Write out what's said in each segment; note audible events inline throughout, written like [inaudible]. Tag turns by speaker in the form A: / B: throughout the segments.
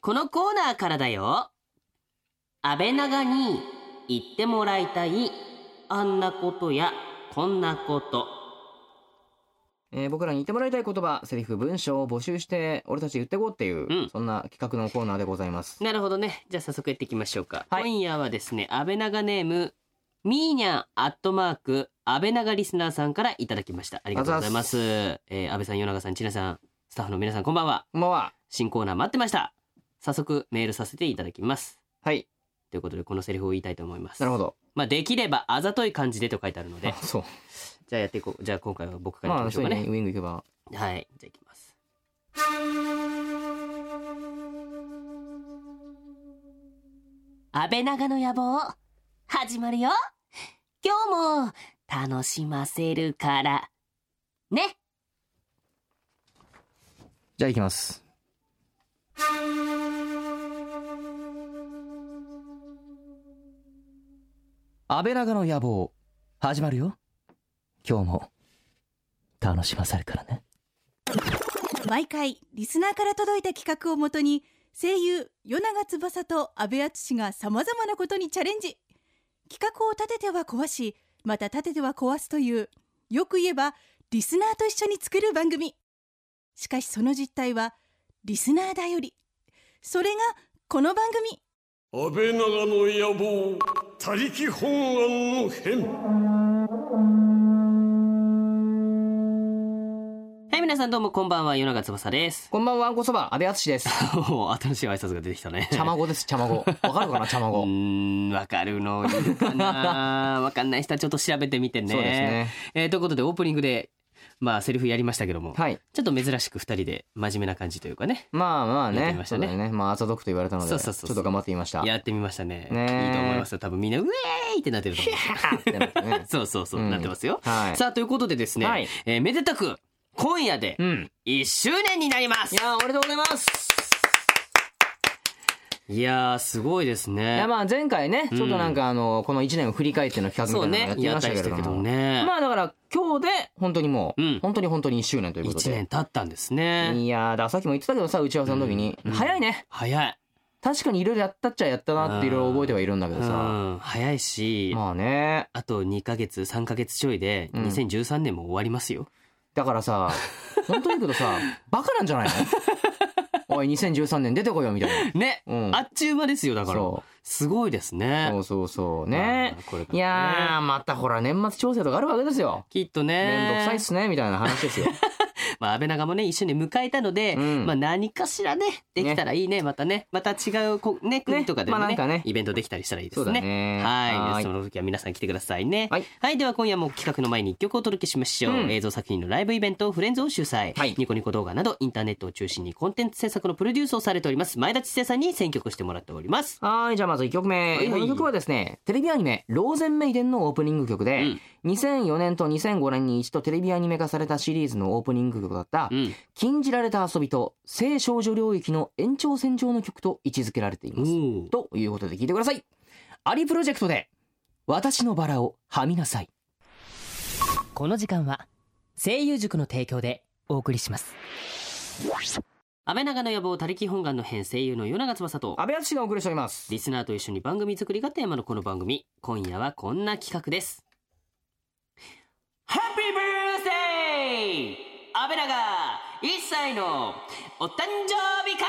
A: このコーナーからだよ安倍長に言ってもらいたいあんなことやこんなこと
B: えー僕らに言ってもらいたい言葉、セリフ、文章を募集して、俺たち言ってこうっていう、
A: うん
B: そんな企画のコーナーでございます。
A: なるほどねじゃあ早速やっていきましょうか、
B: はい
A: 今夜はですね安倍長ネームミーニャンアットマーク安倍長リスナーさんからいただきましたありがとうございますえー安倍さん与永さん千奈さんスタッフの皆さんこんばんは
B: こんばんは。
A: 新コーナー待ってました早速メールさせていただきます
B: はい。
A: ということでこのセリフを言いたいと思います
B: なるほど。
A: まあできればあざとい感じでと書いてあるの
B: あ
A: で、
B: そう。
A: じゃあやっていこうじゃあ今回は僕からいき
B: ま
A: ま
B: あ、
A: しょ
B: そうう
A: か
B: いう
A: ね
B: ね、ウイング行けば。
A: はい、じゃあいきます。安倍長の野望、始まるよ。今日も楽しませるから、ね。
B: じゃあ行きます。
C: 安倍長の野望始まるよ今日も楽しませるから
A: [laughs]
C: ね
D: 毎回リスナーから届いた企画をもとに声優与永翼と阿部淳がさまざまなことにチャレンジ企画を立てては壊しまた立てては壊すというよく言えばリスナーと一緒に作る番組しかしその実態はリスナーだよりそれがこの番組
E: 安倍長の野望他力本願の変
A: はい、皆さんどうもこんばんは、夜長翼です。
B: こんばんは、あんこそば、安部敦です。
A: おー新しい挨拶が出てきたね。
B: ちゃまごです、ちゃまご。わかるかな、ちゃま
A: [laughs] う
B: ご。
A: ーん、わかるのいる
B: [laughs]
A: かなわかんない人はちょっと調べてみてね。
B: そうですね。
A: えーということでオープニングで、まあセリフやりましたけども、
B: はい。
A: ちょっと珍しく二人で真面目な感じというかね。
B: まあまあ
A: やってみ
B: ね
A: ま。し
B: そ
A: た
B: う
A: ね
B: だよね。まあ、朝読と言われたので、ち
A: そ
B: ょ
A: う
B: っ
A: そう
B: と
A: そうそう
B: 頑張ってみました。
A: やってみましたね。
B: ねえ
A: いいと思いますよ。多分みんな、ウェーイってなってると思う。
B: ってなって [laughs] ね
A: そうそうそう、
B: うん
A: なってますよ。
B: はい。
A: さあ、ということでですね、
B: はい
A: えーめでたく、今夜で
B: うん。
A: 1周年になります
B: いやー、おめでとうございます。
A: いやー、すごいです
B: いや
A: ね。
B: まあ前回ね、ちょっとなんかあのこの1年を振り返っての企画
A: そう
B: みたい
A: ね
B: な、のや
A: や
B: っ
A: ってた
B: ま
A: り
B: し
A: し
B: け
A: たた
B: れ
A: け
B: ど
A: ど
B: も、
A: ね。
B: まあだから今日で本当にもう、
A: うん
B: 本当に本当に1周年ということ
A: 1
B: で
A: 年経ったんですね。
B: いやーだからさっきも言ってたけどさ打ち合わせの時に、
A: うん
B: 早いね
A: 早い。
B: 確かにいろいろやったっちゃやったなっていろいろ覚えてはいるんだけ
A: う
B: どさ、
A: ん、早いし、
B: まあね
A: あと2ヶ月、3ヶ月ちょいで、
B: うん
A: 2013年も終わりますよ。
B: だから
A: [laughs]
B: さ本当に言うけどさバカなんじゃないのおい2013年出てこいよみたい
A: [laughs] ね、
B: な、うん、
A: あっちゅう間ですよ、だから。
B: そ
A: すごいですね。
B: うそうそうそうね
A: まあこれから
B: い
A: ね
B: やーまたほら年末調整とかあるわけですよ
A: きっとね。
B: 面倒くさいっすねみたいな話ですよ
A: [laughs] まあ、安倍長もね、一緒に迎えたので、
B: うん
A: まあ、何かしらね、できたらいいね、またね、また違うこ、ね、国とかでも
B: まあ
A: ね,、
B: なんかね
A: イベントできたりしたらいいで
B: そう
A: す
B: だ
A: ね。
B: ね
A: は
B: ー
A: いその時は皆さん来てくださいね。
B: はい
A: では今夜も企画の前に一曲お届けしましょう、
B: うん
A: 映像作品のライブイベントフレンズを主催、
B: はい
A: ニコニコ動画などインターネットを中心にコンテンツ制作のプロデュースをされております前田知世さんに選曲してもらっております
B: はい、じゃあまず1曲目。
A: はいはい
B: この曲はですね、テレビアニメ、ローゼンメイデンのオープニング曲で、2004年と2005年に一度テレビアニメ化されたシリーズのオープニング曲だった、
A: うん
B: 禁じられた遊びと性少女領域の延長線上の曲と位置づけられてい
A: お
B: ます。
A: ー
B: ということで聞いてください。アリプロジェクトで、私のバラをはみなさい。
C: この時間は声優塾の提供でお送りします
A: 安倍長の野望他力本願の編声優の与永翼と
B: 安部淳がお送りしております。
A: リスナーと一緒に番組作りがテーマのこの番組今夜はこんな企画ですハッピーブルースデー安倍長1歳のお誕生日会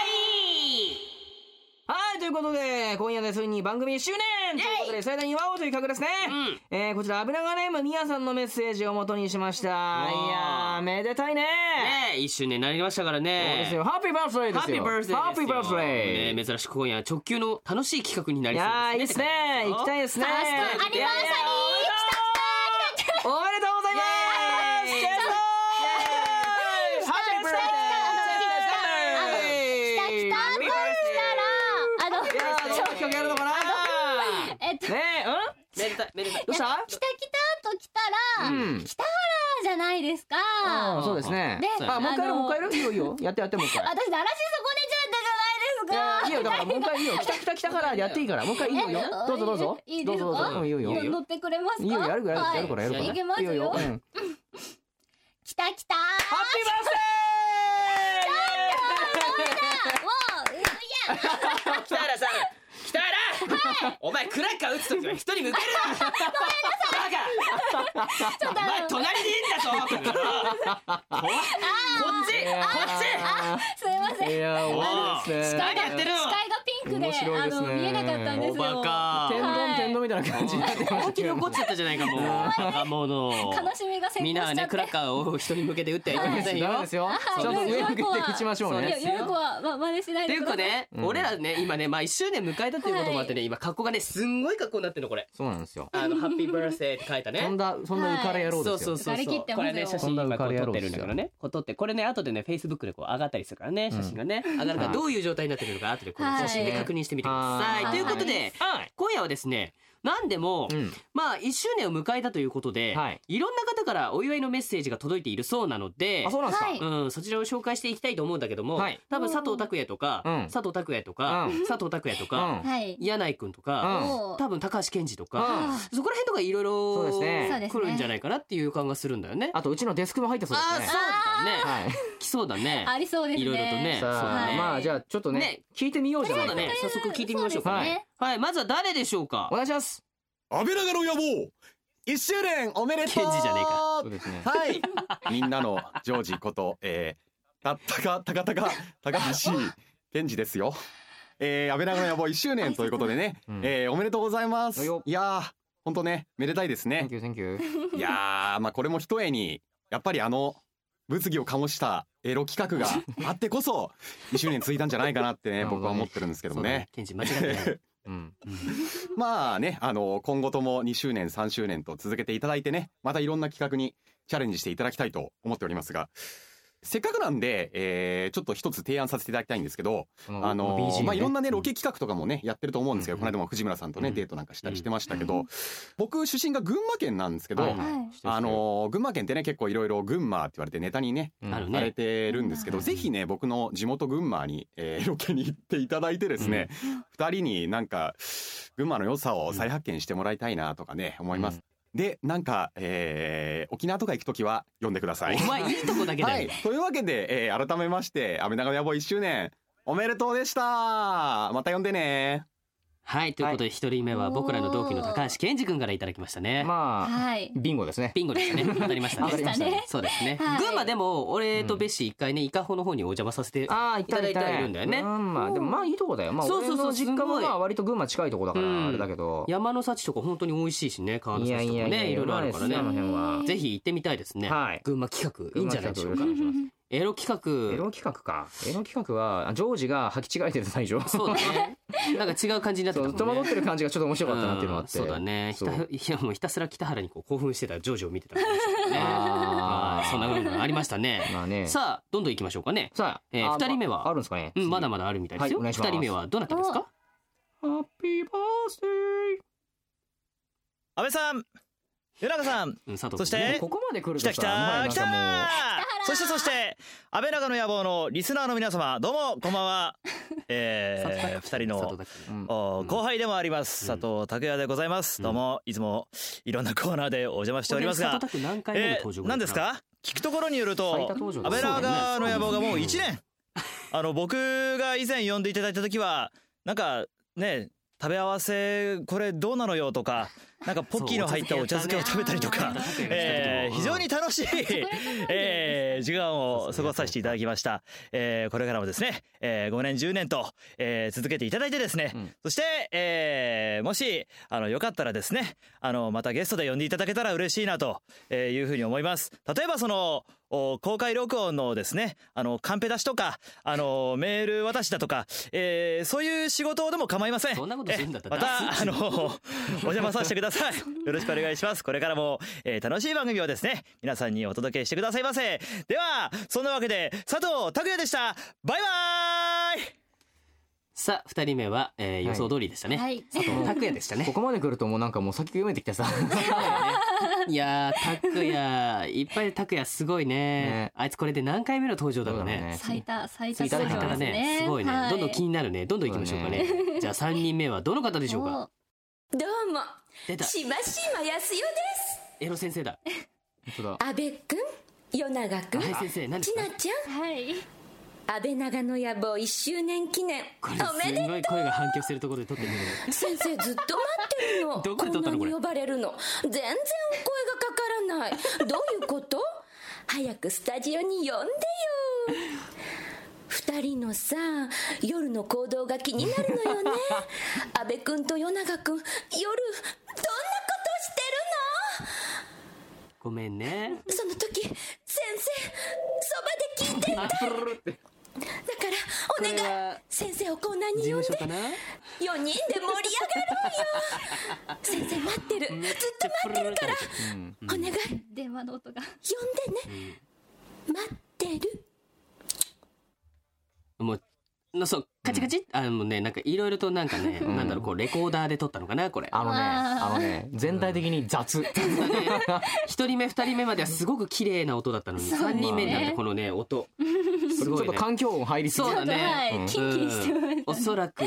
B: はい、ということで、今夜でついに番組1周年ということで、盛大に祝おうという企画ですね。
A: うん
B: えー、こちら、油がネーム、みやさんのメッセージを元にしました。いやー、めでたいね
A: ねえ一周年になりましたからね
B: そうですよ。ハッピーバースデーで
A: ハッ
B: す
A: ピー
B: よ。
A: バースデーですよ
B: ハッピーバースデー。
A: ねえ珍しく今夜は直球の楽しい企画にないりそう
B: やー、いい
A: で
B: ですす
A: ね
B: ね。行きたい
A: い
B: ですね。
A: ファーストアニバーサリー
B: いやいや
F: 来た来た来た来た
B: おめでとうございます
A: イエーイ
B: チェストハッピーバースデー
F: 来た
B: ハッピーバー
F: あの
B: スデーいやー、どんな企画やるのかな
F: えっと
B: ねえ、うん
A: めでたいめでたい
B: どうした
F: 来た来たと来たら、
B: うん
F: 北原じゃないですか
B: あーそうですね
F: で。
B: あ、もう一回やる、
F: あの
B: もう一回やる。いいよいいよ。やってやって、もう一回。
F: 私だらし損ねち
B: い
F: ゃったじ
B: や
F: ゃない
B: いよだからもう一回いいよ来た来た来たからでやっていいからもう一回いいよいいよ
F: えあ
B: どうぞどうぞ
F: いい
B: どうぞどう
F: です
B: ぞ
F: か
B: うんいいよいいよ
F: ですか乗ってくれますか
B: いいよやるから
F: はい
B: やるからやるから
F: いけますよ
B: いいよいいようん
F: 来た来た
B: ハッピーバースデー
F: もういや
A: 北原さん北原、お前クラッカー打つ時は人
F: [laughs]
A: に向けるなごめんなさいバカお前隣にいんだぞここっちこっち
F: すいません
B: いや
A: お
B: 面白いですね
A: 何やってるの
F: 視界がピンクで
B: 面白いです
F: あ
B: ね
F: の見えなかったんです
B: 天丼
F: よはい
B: 天丼みたいな感じになってま
A: 本
B: し
A: 当
B: た
A: に
B: よ
A: 怒っちゃったじゃないかもうあもうの
F: 悲しみが先行し
A: みん
F: ちゃっ
A: なは
F: て
A: ねクラッカーを人に向けて打ってはいけませんよ
B: ダメですよ
F: はい
B: ちゃんと上向けて
F: 夜子は
B: 打ちましょう
F: い
B: ね
F: や夜子はま真似しない
A: って
F: で
A: い
F: く
A: う
F: だ
A: か
F: さい
A: ね、
B: うん
A: 俺らね今ねまあ1周年迎えたということもあってね、今格好がねすんごい格好になってるのこれ
B: そうなんですよ
A: あの「ハッピーバースデー」って書いたね
B: そんだそんな浮かれ野郎です
A: そ
B: よ
A: うそうそ
F: 浮
A: う
F: かれ
A: そ
F: き
A: う
F: って
A: こ
F: ます
A: れ
F: よ
A: ね写
B: そん
A: 真
B: な浮
A: 今こ
B: か
A: う
B: れ野
A: 撮っ
B: 郎
A: て
B: です
A: る
B: よ
A: んだけどねこう撮ってこれね後でねフェイスブックでこう上がったりするからね写真がね、上がるから
B: はい
A: どういう状態になってるのか後でこの写真で確認してみてください、
F: はい
A: ということで、今夜はですねなんでも、
B: うん
A: まあ1周年を迎えたということで、
B: はい
A: い、ろんな方からお祝いのメッセージが届いているそうなので
B: あそうなんですか
F: はい
A: うん、そちらを紹介していきたいと思うんだけども、
B: はい
A: 多分佐藤拓也とか、
B: うん
A: 佐藤拓也とか、
B: うん
A: 佐藤拓也とか、
F: はい
A: 柳井君と
B: う
A: か、
B: ん
F: もう
A: 多分高橋健二と
B: うん
A: か、そこら辺とかいろい
B: そうで
A: ろ
B: すね
F: そうです
A: 来
F: ね
A: るんじゃないかなっていう感がするんだよね。
B: あとうちのデスクも入ったそう
A: あ
B: で
A: ー
B: すね
A: そうだね。
B: はい
A: 来そうだね。
F: [laughs] ありそうですね
A: いろいろとね
B: さあ、
A: はい
B: まあじゃあちょっとね
A: ね
B: 聞いてみようじゃ
A: そ
B: ない
A: うだ
B: か
A: ね。早速聞いてみましょうか
F: そうです
A: ね
F: ね。
A: はい、まずは誰でしょうか
B: お。願いします
G: 安倍長の野望一周年おめでとう
A: ケンジじゃねえか
B: そうですね
G: はいみんなのジョージこと、えー、たったかたかたか高橋健二ですよえー、安倍長の野望一周年ということでね、
B: うん
G: えーおめでとうございます
B: およ
G: いやーほんとねめでたいですね
B: Thank you, thank you
G: いやーまあこれも一重にやっぱりあの物議を醸したエロ企画があってこそ1周年ついたんじゃないかなっ
A: [laughs]
G: てね僕は思ってるんですけどもね。
A: ケンジ間違ってない。
B: うん [laughs]
G: まあね、あの、今後とも2周年、3周年と続けていただいてね、またいろんな企画にチャレンジしていただきたいと思っておりますが、せっかくなんで、えーちょっと一つ提案させていただきたいんですけど、
B: この
G: あの
B: BGM
G: まあ、いろんなね、
B: う
G: ロケ企画とかもね、やってると思うんですけど、
B: うん
G: この間も藤村さんとね、
B: うん
G: デートなんかしたりしてましたけど、僕、出身が群馬県なんですけど、
B: はい
F: はい
G: あの群馬県ってね、結構いろいろ群馬って言われてネタにね、
B: うん
A: ある
G: さ
A: ね
G: れ。てるんですけど、
F: うん
G: ぜひね僕の地元群馬に、えー [laughs] ロケに行っていただいてですね、二人になんか群馬の良さを再発見してもらいたいなとかね、思います。でなんか、えー沖縄とか行くときは呼んでください。
A: お前いいとこだけ
G: は
A: だ
G: い
A: よ。、
G: というわけで、えー改めまして「安倍長野野望1周年おめでとうでしたまた呼んでね
A: はい、ということで一人目は僕らの同期の高橋健二君からいただきましたね。
B: まあ
F: はい
B: ビンゴですね
A: ビンゴでした
B: [laughs]
A: ね。当たりましたね。
B: 当たりましたね
A: そうですね。
F: はい
A: 群馬でも俺とベッシー一回ね、伊香保の方にお邪魔させて。
B: ああいた
A: いただいてはいるんだよね
B: うんまあでもまあいいとこだよまあ
A: そうそう
B: 俺
A: そう
B: の実家
A: すご
B: も
A: い
B: まあ割と群馬近いとこだか
A: うん
B: らあれだけど
A: 山の幸とか本当に美味しいしね、川の
B: いや
A: 幸
B: い
A: と
B: や
A: か
B: いや
A: ね、いろいろあるからね
B: う。まいですねあの辺は
A: ぜひ行ってみたいですね。
B: はい
A: 群馬企画いいんじゃないでしょうか
B: 群馬。企画よろしくお願いし
A: エロ企
B: ますエ
A: 画。
B: ロ企画かエロ企画はあジョージが履き違えてる最初
A: そうだ
B: [laughs]
A: ね。なんか違う感じになって
B: そ
A: た
B: う
A: も
B: 戸
A: ん
B: 惑っ
A: ね。
B: てる感じがちょっと面白かったなっていうのがあって
A: うんそうだね。ひ
B: そう
A: たいやもうひたすら北原にこう興奮してたジョージを見てた感じでしたね。
B: あ
A: あーそんな部分がありました
B: ー [laughs]
A: ね。
B: まあねさ
A: さあどんどん行きましょうかね。
B: あ
A: えー
B: あ
A: 二人目
B: あ
A: は
B: あるんですかね
A: うんまだまだあるみたいですよ。
B: はいお願
A: 二
B: いします
A: 人目はどなたですか？
B: ハッピーバースデ
H: 安倍さん夜中さん
A: うん佐藤君
H: そし
B: ー
H: て
B: ここまで来る
H: 来
B: とさ
H: た来た
B: もはやなん
H: 来
B: か
H: た
B: もう
H: そしてそして安倍長の野望のリスナーの皆様どうもこんば
B: [laughs]
H: んはえー、二人
A: 佐
H: の
A: 藤だっけ
B: うん
H: お後輩でもあります
A: う
H: 佐
A: ん
H: 藤拓也でございます、
A: うん
H: どうもいつもいろんなコーナーでお邪魔しております
A: 佐
H: が
A: 藤、拓何回目の
H: え
A: 登場
H: ー、
A: ぐら
H: 何で
A: い
H: すか聞くところによると
B: 最多登場で
H: 安倍
B: す
H: 長の野望がもう
A: そうだね
H: 1年あの僕が以前呼んでいただいた時はなんかね食べ合わせこれどうなのよとかなんかポッキーの入ったお茶漬けを食べたりとか
A: そうお茶漬けやったね
H: えー非常に楽しいえー時間を過ごさせていただきましたえーこれからもですねえー5年10年とえー続けていただいてですね
B: うん
H: そしてえーもしあのよかったらですねあのまたゲストで呼んでいただけたら嬉しいなとえーいうふうに思います例えばそのお公開録音のですねあのカンペ出しとかあのメール渡しだとかえーそういう仕事でも構いません
A: そんなことするんだったら
H: えま
A: 出
H: た
A: す
H: あのお邪魔させてくださいよろしくお願いしますこれからも、えー楽しい番組をですね皆さんにお届けしてくださいませではそんなわけで佐藤拓也でしたバイバイ
A: さあ二人目は、えー、予想通りでしたね。
F: はい
A: 佐藤拓也でしたね
B: こ。こまで来るともうなんかもう先が読めてきてさ
A: [laughs] いやー、拓也、いっぱい拓也すごいね
B: ね
A: あいつこれで何回目の登場だろうね。
F: 最多最多
B: 最多
A: だ
B: だ
A: か
B: ね
A: らね、すごいね、どんどん気になるね、どんどん行きましょうかね。じゃあ三人目はどの方で
F: で
A: しょうか。
I: どうも、
A: 出た、
I: しましまやすよです。
A: エロ先生だ。
B: 本当だ
I: 安部くん、与永くん、
A: はい、先生、何で
I: ち
A: すか
I: な。ちゃん、
F: はい
I: 安倍長の野望1周年記念
A: これ
I: おめです
A: ごい声が反響するところで撮ってるんだ
I: 先生ずっと待ってるの
A: どこで撮ったの
I: ん
A: [laughs]
I: な
A: これ
I: に呼ばれるの全然お声がかからないどういうこと早くスタジオに呼んでよ二人のさ夜の行動が気になるの
A: [laughs]
I: よね安部君と与永君夜どんなことしてる
A: けどごめんね
I: のその時先生そばで聞いてだか
A: あプルルルって
I: らお
A: これ
I: 願い
A: は
I: 先生をこんなに
A: 事
I: 呼ん
A: 務
I: で
A: 所かな
I: 4人で盛り上がろうよ先生待ってるずっと待ってるからお願い呼んでね
F: 電話の音が。
I: 待ってる
A: もうのそうカチカチ、あもうねなんかいろいろとなんかね、
B: ん
A: なんだろうこうレコーダーで撮ったのかなこれ
B: あのね、
F: わ
B: あのね、全体的に雑。
A: 一人目二人目まではすごく綺麗な音だったのに
F: そう
A: 三、人目になってこのね音す
B: ちょ
A: ご
B: っ
A: い
B: と
A: ね
B: 環境音入りすぎ
A: そうだね
F: はい、キンキンしてましたね。
A: おそらく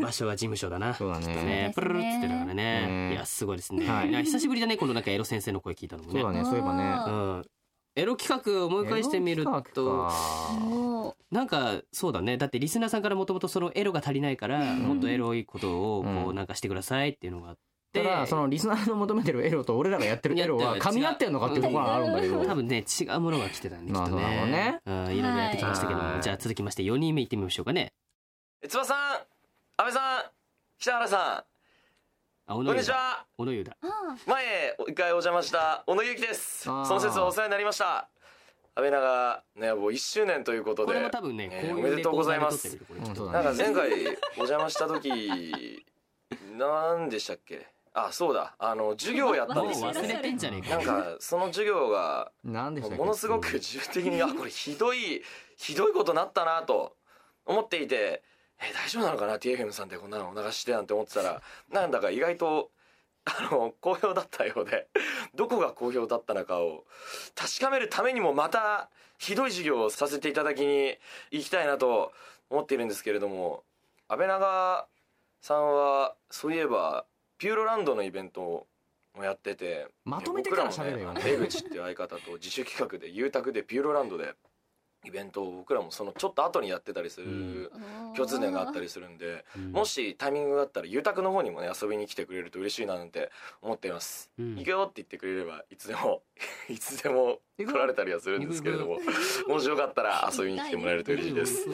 A: 場所は事務所だな。
B: そうだね
A: きっとね。プ
F: そうですね
A: ルルってってたから
B: う
A: ね。
B: ん
A: いや、すごいですね。
B: はい
A: いや久しぶりだね、このなんかエロ先生の声聞いたのも
B: そう
A: ね。
B: だね、そういえばね。
A: うん。エロ企画を思い返してみる
B: エロ企画
A: と、
B: か
F: お
A: なんかそうだね。だってリスナーさんからもともとそのエロが足りないから、もっとエロいことをこ
B: う
A: うんなんかしてくださいっていうのがあって。
B: ただそのリスナーの求めてるエロと俺らがやってるエロは噛み合ってんのかっていうところがあるんだけど
A: 多分ね、違うものが来てたね、きっ
B: まあ
A: と
B: そうだろう
A: ね
B: ね。
A: うん、いろいろやってきましたけど
B: は
A: も。
B: い
A: じゃあ続きまして4人目行ってみましょうかね。
J: つばさん、安倍さん、北原さ
A: あ、小
J: ん、
A: 野
J: こん
A: 湯
J: にち
A: だ。
J: は。
A: 小野湯だ。
F: あ
J: 前へ一回お邪魔した小野ゆきです。そ
B: あー
J: の説はお世話になりました。安倍長ねもう1周年ということ
A: こ
J: で、な
A: れも
J: ん
A: 多
J: か
A: 分ね、
J: えー
A: こう
J: おめ
A: いう
J: でとうございます
A: レコーダーで撮ってるよこれきっ
B: う
A: と
B: んそうだね
J: 前回お邪魔した時なんでしたっけ？あ、そうだ。あの授業やったん
A: もう
J: ですよ
A: 忘
J: ね。
A: れてんじゃねえか
J: な
A: よ
J: んかその授業が
B: なんでしたっけ
J: ものすごく自分的にあこれひどいひどいことなったなと思っていてえ大丈夫なのかな TFM さんでこんなのお流ししてなんて思ってたらなんだか意外とあの好評だったようで [laughs] どこが好評だったのかを確かめるためにもまたひどい授業をさせていただきに行きたいなと思っているんですけれども安倍長さんはそういえばピューロランドのイベントもやってて
B: まとめてから喋れよ
J: 僕らもねあの江口っていう相方と自主企画でゆうたくでピューロランドでイベントを僕らもそのちょっと後にやってたりする
F: ー
J: 共通点があった。りするんで、
A: うん
J: もしタイミングがあったらゆうたくの方にもね遊びに来てくれると嬉しいななんて思っています、
A: うん
J: 行くよって言ってくれればいつでも [laughs] いつでも来
B: 行くよ
J: られたりはするんですけれども [laughs] もしよかったら遊びに来てもらえると嬉しいです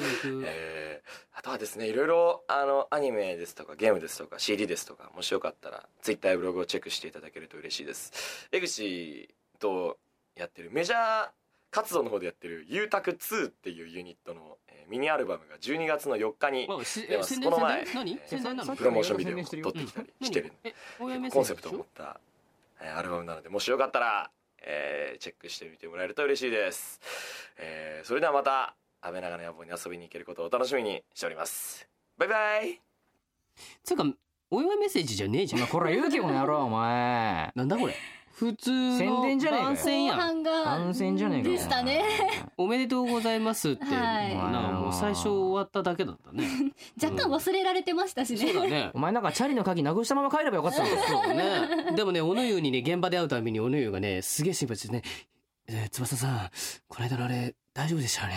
J: えーあとはですねいろいろあのアニメですとかゲームですとか CD ですとかもしよかったらツイッターやブログをチェックしていただけると嬉しいです江口とやってるメジャー活動の方でやってる「ゆうたく2」っていうユニットの、えーミニアルバムが12月の4日に
A: まあ、し
J: 出
A: え
J: ます
A: 宣伝
J: この前
A: 宣伝何宣伝なの
J: プロモーションビデオを撮っ
A: うん
J: てきたりしてるんで
A: え親目線
J: コンセプトを持ったえーアルバムなのでもしよかったら、えーチェックしてみてもらえると嬉しいです、えーそれではまた安倍長の野望に遊びに行けることをお楽しみにしておりますバイバイ
A: つうかお祝いメッセージじゃねえじゃん
B: こら勇気もやろうお前
A: なんだこれ [laughs] 普通の
B: 宣伝じゃねえかよ
A: 番宣
F: 後
A: やん
F: 半が。
B: 安全じゃねえかよ
F: でしたね。
A: おめでとうございますって、
F: はい
A: なんかもう最初終わっただけだったね
F: 若干忘れられてましたし
A: そうだ
F: ね。
A: ね
B: お前なんかチャリの鍵なくしたまま帰ればよかったんだよ
A: そうねでもね小野湯にね現場で会うたびに小野湯がねすげえ心配してねえー翼さんこの間のあれ大丈夫でしたかね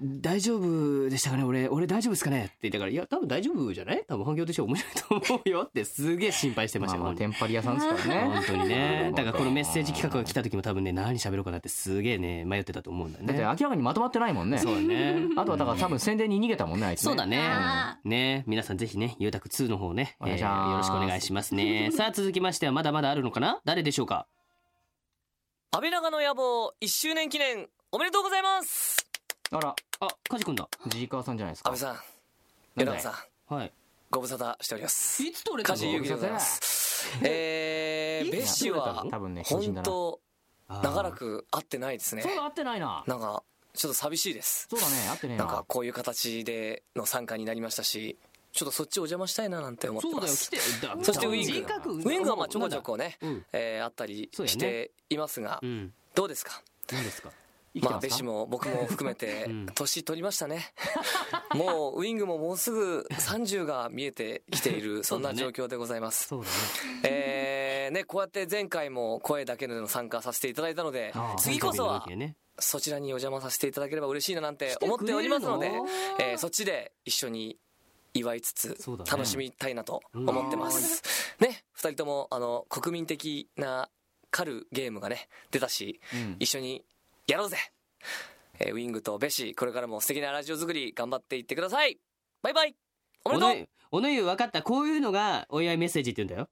A: 大丈夫でしたかね俺俺大丈夫ですかねって言ったからいや多分大丈夫じゃない多分反響として面白いと思うよってすげえ心配してま
B: まあ
A: したよ、
B: まあ
A: 本人
B: テンパリ屋さんですからね
A: 本当にねだからこのメッセージ企画が来た時も多分ね何喋ろうかなってすげえね迷ってたと思うんだよ
B: だって
A: ね
B: 明らかにまとまってないもんね
A: そうだね
B: あとはだから多分宣伝に逃げたもんねあいつね
A: そうだね
F: あ。
A: ね皆さんぜひね、ゆうたく2の方ね、
B: お願いします
A: えーよろしくお願いしま
J: [laughs]
A: すね。さあ続きましてはまだまだあるのかな誰でしょうか
J: 安倍長の野望1周年記念おめでとうございます
B: [laughs] あら
A: あ、カジ君だ。
B: ジーカーさんじゃないです
J: 安
B: か
J: 倍さ
B: な
J: ん
B: ん
J: 与
B: だい
J: 永さん
A: はい。
J: ご無沙汰しております
A: いつ取れたの
J: 梶裕貴でございますえ
A: い
J: ー
A: つ
J: ベッシュは
B: 多分ね巨人
J: 本
B: だなそ
J: 当
A: あー
J: 長らく会ってないですね
B: うだ合ってないな
J: なんかちょっと寂しいです
B: そうだね合ってねえ
J: なんかこういう形での参加になりましたしちょっとそっちお邪魔したいななんて思って
A: そうだ
J: ま
A: よ、来
J: す
A: て。だ
J: そしてウィング
A: 人格
J: ウィングはまあちょこちょ。こね、
A: うん。
J: えーあったり
A: そうやね
J: していますが、
A: うん。
J: どうですか
A: 何ですか
B: 生きて
J: まあ、
B: ま
J: 弟
B: す
J: 子
B: か
J: も僕も含めて
A: うん、
J: 年取りましたね。 [laughs] もう、ウィングももうすぐ30が見えてきている、そんな
A: そうだ
J: 状
A: ね
J: 況でございます。
A: そうだね。
J: えー、ね、こうやって前回も声だけでの参加させていただいたので
A: あー、
J: 次こそは
A: 本当に驚き、やね
K: そちらにお邪魔させていただければ嬉しいななんて思っておりますので
A: 来てくれるの
K: えーそっちで一緒に祝いつつ
A: だね
K: 楽しみたいなと思ってます、ね二人ともあの国民的な狩るゲームがね出たし、
A: うん
K: 一緒にやろうぜ、えーウィングとベシこれからも素敵なラジオ作り頑張っていってくださいバイバイおめでとう
A: おのゆおのゆ分かったこういうのがお祝いメッセージって言うんだよ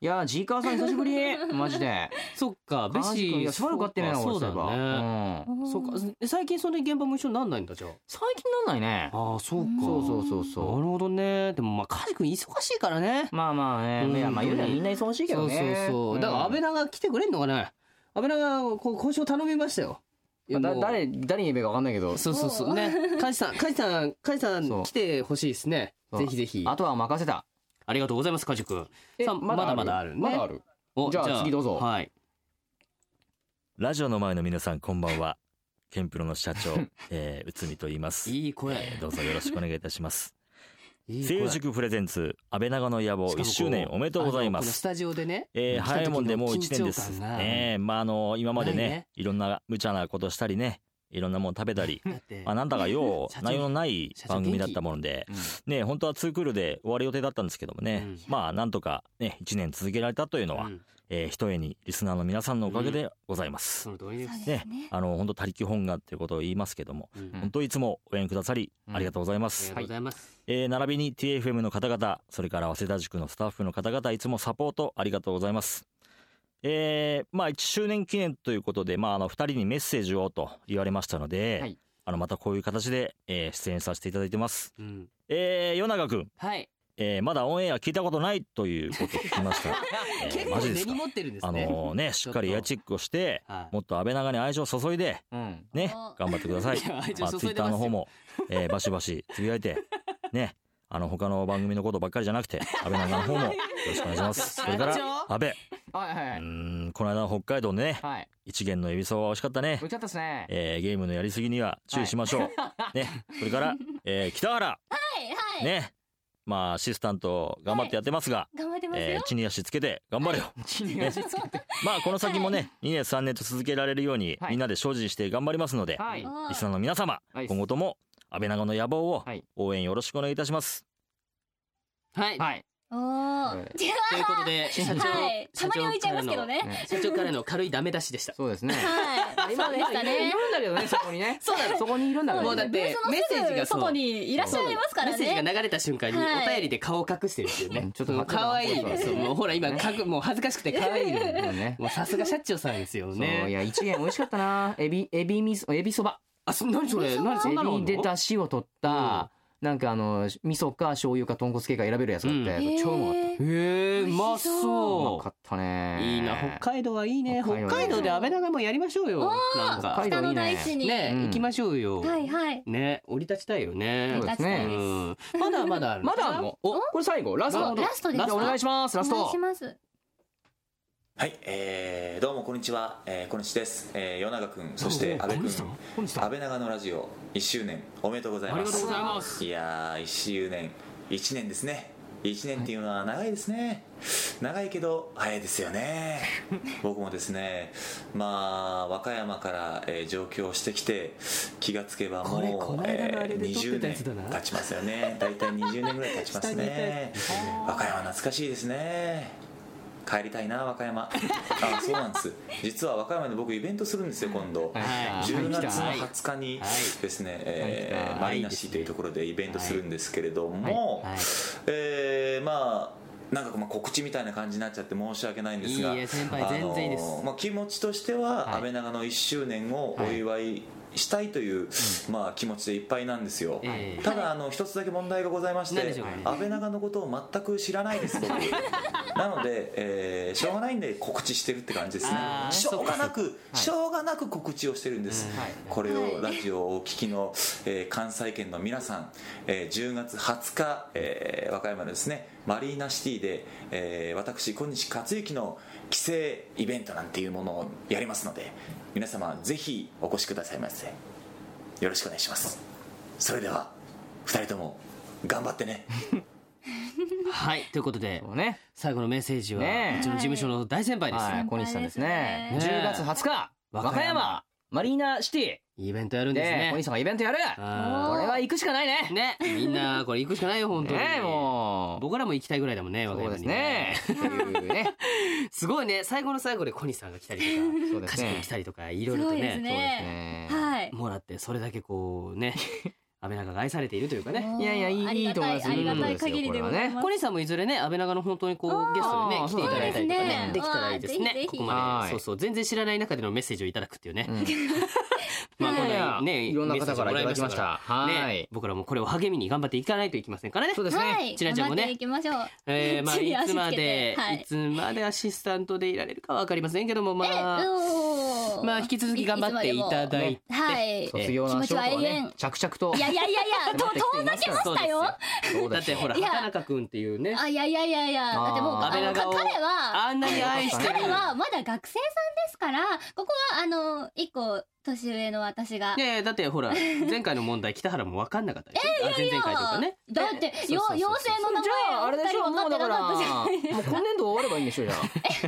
B: いやージーカーさん久しぶ
A: [laughs]
B: りマジで
A: そっかベ
B: マジかい
A: シ
B: やしばらく会ってねえな
A: そうか
B: 俺
A: そうだね
B: そういえばうん
A: そうかえ最近そんなに現場も一緒になんないんだじゃあ
B: 最近なんないね
A: ああそうか
B: そうそうそうそう
A: なるほどねでもまあカジ君忙しいからね
B: まあまあね、
A: うん
B: いやまあ言うならみんな忙しいけどね
A: そうそうそうだから安倍長来てくれんのかね安倍長こう交渉頼みましたよいや
B: だ
A: もう
B: 誰誰に言えばいいか分かんないけど
A: そうそうそうね
B: [laughs]
A: 梶さん梶さん梶さん来てほしいですね
B: そう
A: ぜひぜひ
B: あとは任せた
A: ありがとうございます梶君
B: え
A: さあま
B: まだあ
A: だ
B: る
A: まだあるね
B: まだある
A: お
B: じゃあ次どうぞ
A: はい
L: ラジオの前の皆さんこんばんは [laughs] ケンプロの
B: [laughs]
L: 社長えー内海と言います
A: いい声
L: どうぞよろしくお願いいたします
A: [laughs] いい声
L: 声優塾プレゼンツ安倍長の野望1周年おめでとうございま
A: あのこのス
L: す
A: タジオでね
L: えー
A: 来た時の
L: 早いもんでもう1年です
A: 緊張感が
L: ねえまああの今まで
A: ない
L: ね
A: ね
L: いろんな無茶なことしたりねいろんなもん食べ
A: [laughs]
L: たりまあなんだかよ
A: 社
L: う
A: 長
L: 内容のない
A: 社長
L: 番組だったもので、ねえ本当はツークールで終わる予定だったんですけどもね、まあなんとかね1年続けられたというのは、えーひとえにリスナーの皆さんのおかげでございます、
A: その通りです
L: ね、あの本当他力本願っていうことを言いますけども、本当いつも応援くださりありがとうございます、
A: ありがとうございます
L: えー並びに TFM の方々それから早稲田塾のスタッフの方々いつもサポートありがとうございますえーまあ1周年記念ということで、まあ、あの2人にメッセージをと言われましたので、
A: はい
L: あのまたこういう形で、えー出演させていただいてます、
A: うん
L: えー、与永君、
A: はい
L: えーまだオンエア聞いたことないということを聞きま
A: [laughs]
L: したえー
A: 結構
L: マジです
A: 根
L: か
A: に持ってるんです
L: あ
A: ね
L: のねしっかりエアチェックをして、
A: はい
L: もっと安倍長に愛情を注いで、
B: うん
L: ね
A: あ
L: 頑張ってください
A: いや愛情
L: まあ
A: 注い
L: ツイ
A: でますよ
L: ッターの方も、えーバシバシつぶやいてねあの他の番組のことばっかりじゃなくて安倍長の方もよろしくお願いしますそれから
B: 社長
L: 安倍
B: はいはいう
L: ーんこの間の北海道でね、
B: はい
L: 一元のエビそばは美味しかったね
B: 美味しかったですね
L: えーゲームのやりすぎには注意しましょう、ねそれから、えー北原
F: はいはい。
L: ねまあアシスタント頑張ってやってますが、
F: 頑張ってますよ。
L: え
F: [laughs]
L: ー地に足つけて頑張れよ、ね [laughs] まあこの先もね2年3年と続けられるように、みんなで精進して頑張りますので、
F: はい
L: リスナーの皆様、今後とも安倍長の野望を応援よろしくお願いいたします、
A: はい
B: はい
F: おー。
A: ということで社長
F: はい。た
A: 社
F: まに
A: 長
F: 置いちゃいますけどね。
A: 社長からの軽いダメ出しでした
B: そうですね
F: はい。そうでした
B: い
F: ね
B: る。んだけ
A: [laughs]
B: どねそこにね
F: そうなの
B: そこにいるんだけど
A: もうだってメッセージがそう
F: ブースのすぐ外にいらっしゃいますからね
A: そうメッセージが流れた瞬間に
F: はい
A: お便りで顔を隠してるっていうね。ちょっと可愛い
B: そう
A: そうもうほら今かくもう恥ずかしくて可愛いのよ
L: [laughs]
A: もうさすが社長さんですよね。
B: そういや一元美味しかったなエビエビみそエビそば
A: あそ何それ何そんなのあ
B: エ
A: んの
B: ビ出たしを取った、なんかあの味噌か醤油か豚骨系か選べるやつがあって、
A: うん
B: 超うまかっ
A: へえうま
B: たう
A: そ
B: まかったね
A: いいな北海道はいいね
B: 北海道
A: う。北海道で安倍長もやりましょうよ。
F: おー
A: なんか
F: 北の大地に
A: ね
F: うん
A: 行きましょうよ。
F: はいはい。
A: ね降り立ちたいよね。
F: 降り立ちたいです
A: うんまだまだある。まだあるの。お
B: これ最後
A: ラ
F: ストラストですか
B: お願いしますラスト
F: お願いします。
M: はい、えー、どうもこんにちは、えー、こんにちです、えー、与永君そして
A: お
M: 安倍君
A: こ
M: 安倍長のラジオ1周年おめでとうございます
A: ありがとうございます
M: いやー1周年1年ですね1年っていうのは長いですね長いけど早いですよ
A: [laughs]
M: ね僕もですねまあ和歌山から、えー上京してきて気がつけばもう
A: これこの間のあれで撮って
M: 20
A: たや
M: 年
A: つだな
M: 経ちますよね大体20年ぐらい経ち
A: [laughs]
M: ますね和歌山懐かしいですね帰りたいな和歌
A: [laughs]
M: 山あそうなんです実は和歌山で僕イベントするんですよ今度、
A: はい
M: 10月の
A: はい
M: 20日にですね、えー
A: はい
M: マリナシというところでイベントするんですけれども、えーまあなんかまあ告知みたいな感じになっちゃって申し訳ないんですが
A: いいえ先輩全然いいです
M: あのーまあ、気持ちとしては、安倍長の1周年をお祝いしたいという、まあ、気持ちでいっぱいなんですよ、
A: ええ
M: ただあの一つだけ問題がございまして、
A: 何でしょうかね
M: 安倍長のことを全く知らない
A: [laughs]
M: です僕なので、えーしょうがないんで告知してるって感じですね
A: あー
M: しょうがなくしょうがなく告知をしてるんです、これをラジオをお聞きの、えー関西圏の皆さん、えー10月20日、えー和歌山のですねマリーナシティで、えー私小西克幸の帰省イベントなんていうものをやりますので皆様ぜひお越しくださいませよろしくお願いしますそれでは2人とも頑張ってね
A: はいということで最後のメッセージは
B: ねえ
A: うちの事務所の大先輩です
B: はい小西さんですね
A: ねえ
B: 10月20日和歌山マリーナシテ
A: ィイベントやる
B: ん
A: ですね
B: お兄さんがイベントやるこれ
A: あー
B: は行くしかないね
A: ねみんなこれ行くしかないよ本当に
B: ねえ
A: もう僕らも行きたいぐらいだもんねそうですね [laughs] すごいね最後の最後で小西さんが来たりとか
B: ですね
A: カチ君来たりとかいろいろと
F: そうで
A: ね
F: すねはい
A: もらってそれだけこう [laughs] ね安倍長が愛されているというかね
F: いやいやいいありがたいいいと思いますありがたい限りでございます
A: これはね小西さんもいずれね安倍長の本当にこうゲストにね
F: あー
A: 来ていただいたりとか
F: そうです
A: ね
F: ね
A: できたらいいで
F: わ
A: す
F: あぜ
A: ね
F: ひぜひ
A: ここまでそうそう全然知らない中でのメッセージをいただくっていうね [laughs] まあこんなね
B: いろんな方からいただきました
A: メッセージもらいからね
B: はい
A: 僕らもこれを励みに頑張っていかないといけませんからねそう
F: はい。
A: ちなちゃんも
F: 頑張って
A: ね
F: いきましょう。
A: え
F: [laughs]
A: ーまあ、
F: 地に
A: い
F: 足
A: つ
F: つけて
A: まで、
F: はい
A: い、つまでアシスタントでいられるかわかりませんけども、まあ、
F: おー
A: まあ引き続き頑張っていただいて、
F: はい。
B: 卒業の足
F: 気持ち
B: 音
F: は
B: が
F: 永
B: ね
F: 遠。
B: 着々と
F: いやいやいや
B: [laughs]
F: いや、と遠ざけましたよ。
A: そうですよだってほら
F: いや
A: 畑中君っていうね
F: あ、いやいやいやいや、だってもう、
A: あー
F: あ
A: 安倍
F: の、か
A: 長を
F: 彼は。
A: あんなに愛してる
F: 彼はまだ学生さんですから、ここは、あの、一個年上の私が。
A: ねえだって
F: [laughs]
A: ほら前回の問題北原も分かんなかったでしょ、
F: えい
A: あ
F: やい
A: 前
F: や
A: 々回とか
F: [laughs]
A: ね
F: だってよ
A: ね、そうそうそう
F: 妖精の名
B: じ
F: 前
B: ゃああれでしょ
F: お二人
B: もうだか
F: 分
B: らも
F: かってなかったじゃな
B: う
F: いですか
B: 今年度終わればいいんでしょじゃあ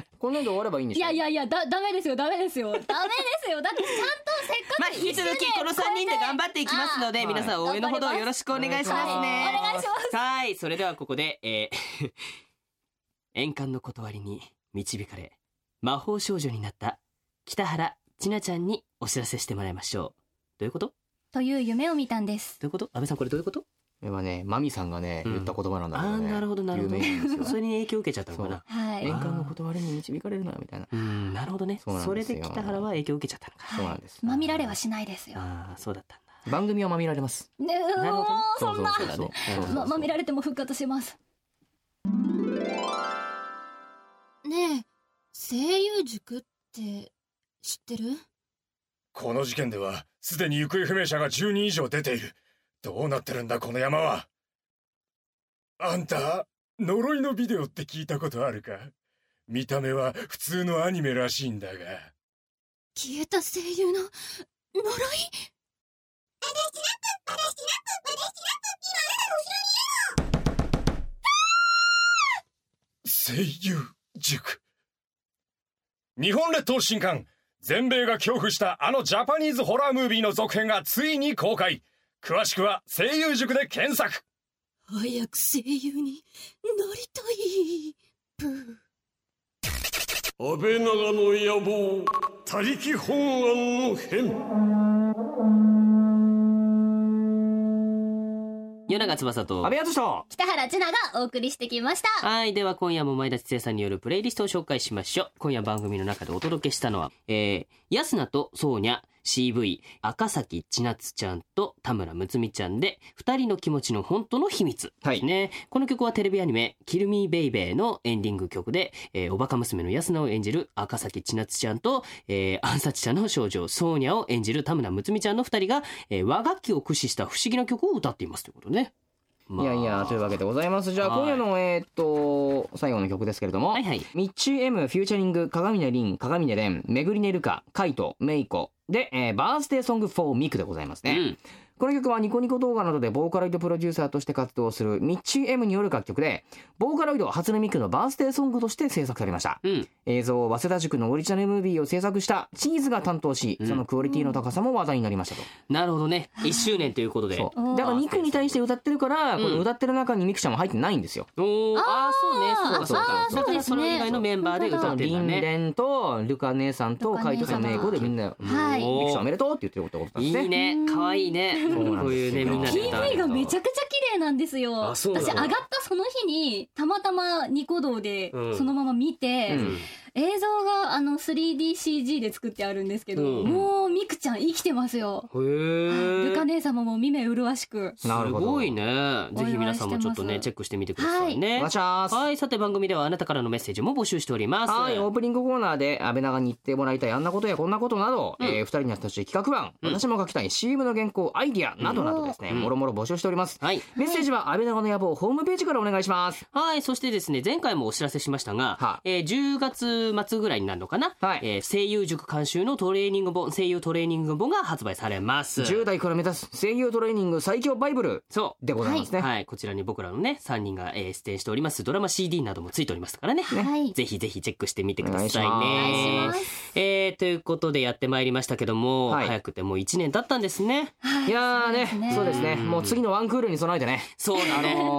A: [laughs]
B: 今年度終わればいいんで
F: い
B: しょ
F: やいやいや、だ、ダメですよ、ダメですよ。ダメですよ。だって、ちゃんとせっかく、
A: まあ引き続きこの三人で頑張っていきますので
B: はい
A: 皆さん応援のほどよろしくお願いしますね
F: お願いします
A: はいそれではここで、えー [laughs] 円環の断りに導かれ魔法少女になった北原千奈ちゃんにお知らせしてもらいましょうどういうこと
F: という夢を見たんです。
A: どういうこと安倍さんこれどういうこと
B: これはねマミさんがね言った言葉なんだけど
A: あ
B: ね
A: ーなるほどなるほど
B: 有名なんですよ
A: [laughs] それに影響を受けちゃったのかな
F: はい。
B: 年間の断りに導かれるなみたいな
A: うんなるほどね
B: そうなんです
A: そ
B: よ
A: れで北原は影響を受けちゃったのか
B: そうなんです
F: まみられはしないですよ。
A: ああそうだったんだ
B: 番組はまみられます
F: ね、う
B: なるほどね
F: ーそんな
B: そうそうそうそう
F: ま、まみられても復活します。
N: ねえ、声優塾って知ってる
E: この事件ではすでに行方不明者が10人以上出ているどうなってるんだこの山はあんた呪いのビデオって聞いたことあるか見た目は普通のアニメらしいんだが
N: 消えた声優の呪い
E: 声優塾日本列島新刊全米が恐怖したあのジャパニーズホラームービーの続編がついに公開詳しくは声優塾で検索
N: 早く声優になりたい。プー
E: 安倍長の野望他力本願の変
A: 夜長翼と
B: 安倍淳と
F: 北原千奈がお送りしてきました。
A: はい。では今夜も前田千恵さんによるプレイリストを紹介しましょう。今夜番組の中でお届けしたのは、えー、安菜とソーニャ、CV、赤崎千夏ちゃんと田村睦美ちゃんで、二人の気持ちの本当の秘密ですね。この曲はテレビアニメ、キルミーベイベーのエンディング曲で、えー、おバカ娘の安菜を演じる赤崎千夏ちゃんと、えー、暗殺者の少女、ソーニャを演じる田村睦美ちゃんの二人が、えー、和楽器を駆使した不思議な曲を歌っていますということね。
B: いやいやというわけでございますじゃあ
A: はい
B: 今夜のえーっと最後の曲ですけれども、ミッチー M フューチャリング鏡音凛鏡音蓮めぐりねるかカイトメイコで、えーバースデーソング4ミクでございますね、この曲はニコニコ動画などでボーカロイドプロデューサーとして活動するミッチー M による楽曲でボーカロイド初音ミクのバースデーソングとして制作されました、映像を早稲田塾のオリジナルムービーを制作したチーズが担当し、そのクオリティの高さも話題になりましたと、
A: なるほどね。1周年ということで。
B: だからミクに対して歌ってるから、
A: うん
B: この歌ってる中にミクちゃんも入ってないんですよ。
A: おーあーそうね
B: あー
A: そうそう
B: あー
A: そうだ
B: そう
A: か
B: で
A: ら
B: す
A: そ
B: ね
A: の以外のメンバーで歌ってるん
B: リ
A: だ
B: ン
A: ね。
B: レンとルカ姉さんとカイトさんメイコでみんな
F: はい
B: ミクちゃんおめでとうって言ってることだったんですね。
A: いいね、可愛いね。こういうねみんなで歌う
F: PV がめちゃくちゃ綺麗なんですよ。
A: あ
F: 私
A: そう
F: 上
A: な
F: がっ
A: の
F: たその日にたまたまニコ動で
A: うん
F: そのまま見て、
A: うん
F: 映像があの 3DCG で作ってあるんですけど、
A: うん
F: もうミクちゃん生きてますよ。
A: へー
F: ルカ姉様も見目麗しく。
A: すごいね。ぜひ皆さんもちょっと
F: お祝いしてます
A: ねチェックしてみてくださいね。
B: はいお願いします
A: はい、さて番組ではあなたからのメッセージも募集しております。
B: はい、オープニングコーナーで安倍長に言ってもらいたいあんなことやこんなことなど、えー二人にやってほしい企画案、私も書きたい CM の原稿アイディアなどなどですね、
A: うん
B: もろもろ募集しております、
A: はい、
B: メッセージは安倍長の野望ホームページからお願いします
A: はい、そしてですね、前回もお知らせしましたが、えー10月月末ぐらいになるのかな、えー声優塾監修のトレーニング本声優トレーニング本が発売されます
B: 10代から目指す声優トレーニング最強バイブル
A: そう
B: でございますね
A: はい、はいこちらに僕らのね3人が、えー出演しておりますドラマ CD などもついておりますからね、
F: はい
A: ぜひぜひチェックしてみてくださいね
F: お願いします
A: えーということでやってまいりましたけども、早くてもう1年経ったんですね
B: いやーねそうですね
A: うん
B: もう次のワンクールに備えてね
A: そうだね
B: [laughs] あ
A: [laughs]
B: のー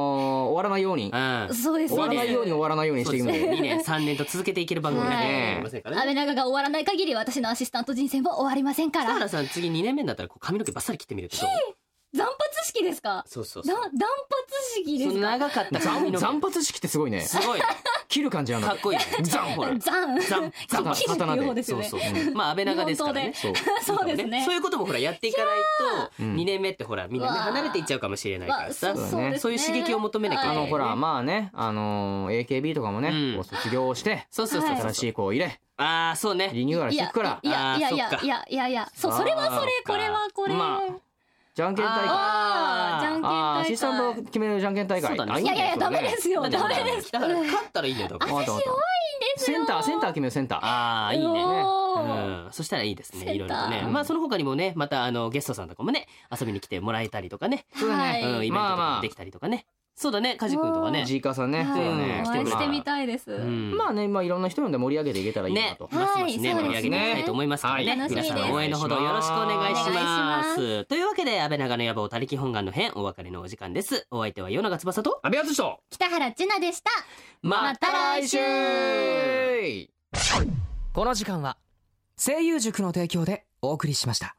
B: 終わらないように
F: そうです
B: 終わらないように終わらないようにしていくの
A: 2年3年と続けていける番組だね
F: はい
A: ませんからね
F: 安倍長が終わらない限り私のアシスタント人生も終わりませんから
A: 北
F: 断
A: 原さん次2年目になったらこう髪の毛バッサリ切ってみるってどう
F: 髪式ですか
A: そうそう
F: だ
A: そう
F: 断髪式ですか
A: 長かった
B: 残
A: 髪の
B: [laughs]
A: 毛
B: 残髪式ってすごいね
A: すごい
B: 切る感じなんだ
A: かっこいいね
B: ザンほら
F: ザ [laughs] ン
A: ザン
B: ザン
F: 切るっていう方ですよね
A: そうそうまあ安倍長ですからね
F: 日本刀で [laughs] そうですね
A: そういうこともほらやっていかないと2年目ってほらみんな
F: う
A: ね
F: わー
A: 離れていっちゃうかもしれないからさ
F: うわそうですね
A: そういう刺激を求めなきゃい
B: あ
A: けな
B: の
A: い
B: ほらまあねあのー AKB とかもねこう卒業して
A: そうそうそうそう
B: 新しい子を入れ
A: ああそうね
B: リニューアル
F: い
B: してい
F: や
B: くから
F: いやいやいやいやいやいやそうそれはそれ
B: あーそっか
F: これはこれ、
B: まじゃんけん大会
F: あーじゃんけん大会
B: あーアシスタントを決めるじゃんけん大会
A: そうだね
B: あ
F: いやいやいやダメですよ
A: だって
F: ダメです
A: 北原勝ったらいいねだから
B: わかったわかった
F: 弱いんです
B: セ
F: よ
B: ンターセンター決めるセンター
A: ああいいね
F: お
A: うんそしたらいいです
F: センタ
A: ね
F: ー
A: いろいろとねまあその他にもねまたあのゲストさんとかもね遊びに来てもらえたりとかね
F: そうだね
A: うんイベントとかもできたりとかねそうだねカジ君とかね
B: ジーカさんね
A: そうだね
F: お会いしてみたいです、
B: まあねまあいろんな人呼んで盛り上げていけたらいいなと
A: ねますますね
F: はい
A: 盛り上げていきたいと思いますからね
F: そうですね
A: 皆
F: 楽しみです
A: さん応援のほどよろしくお願いしま
F: お願いし
A: すというわけで安倍長の野望たりき本願の編お別れのお時間ですお相手は与永翼と
B: 安倍敦と
F: 北原千奈でした
A: また来週
B: 週
M: この時間は声優塾の提供でお送りしました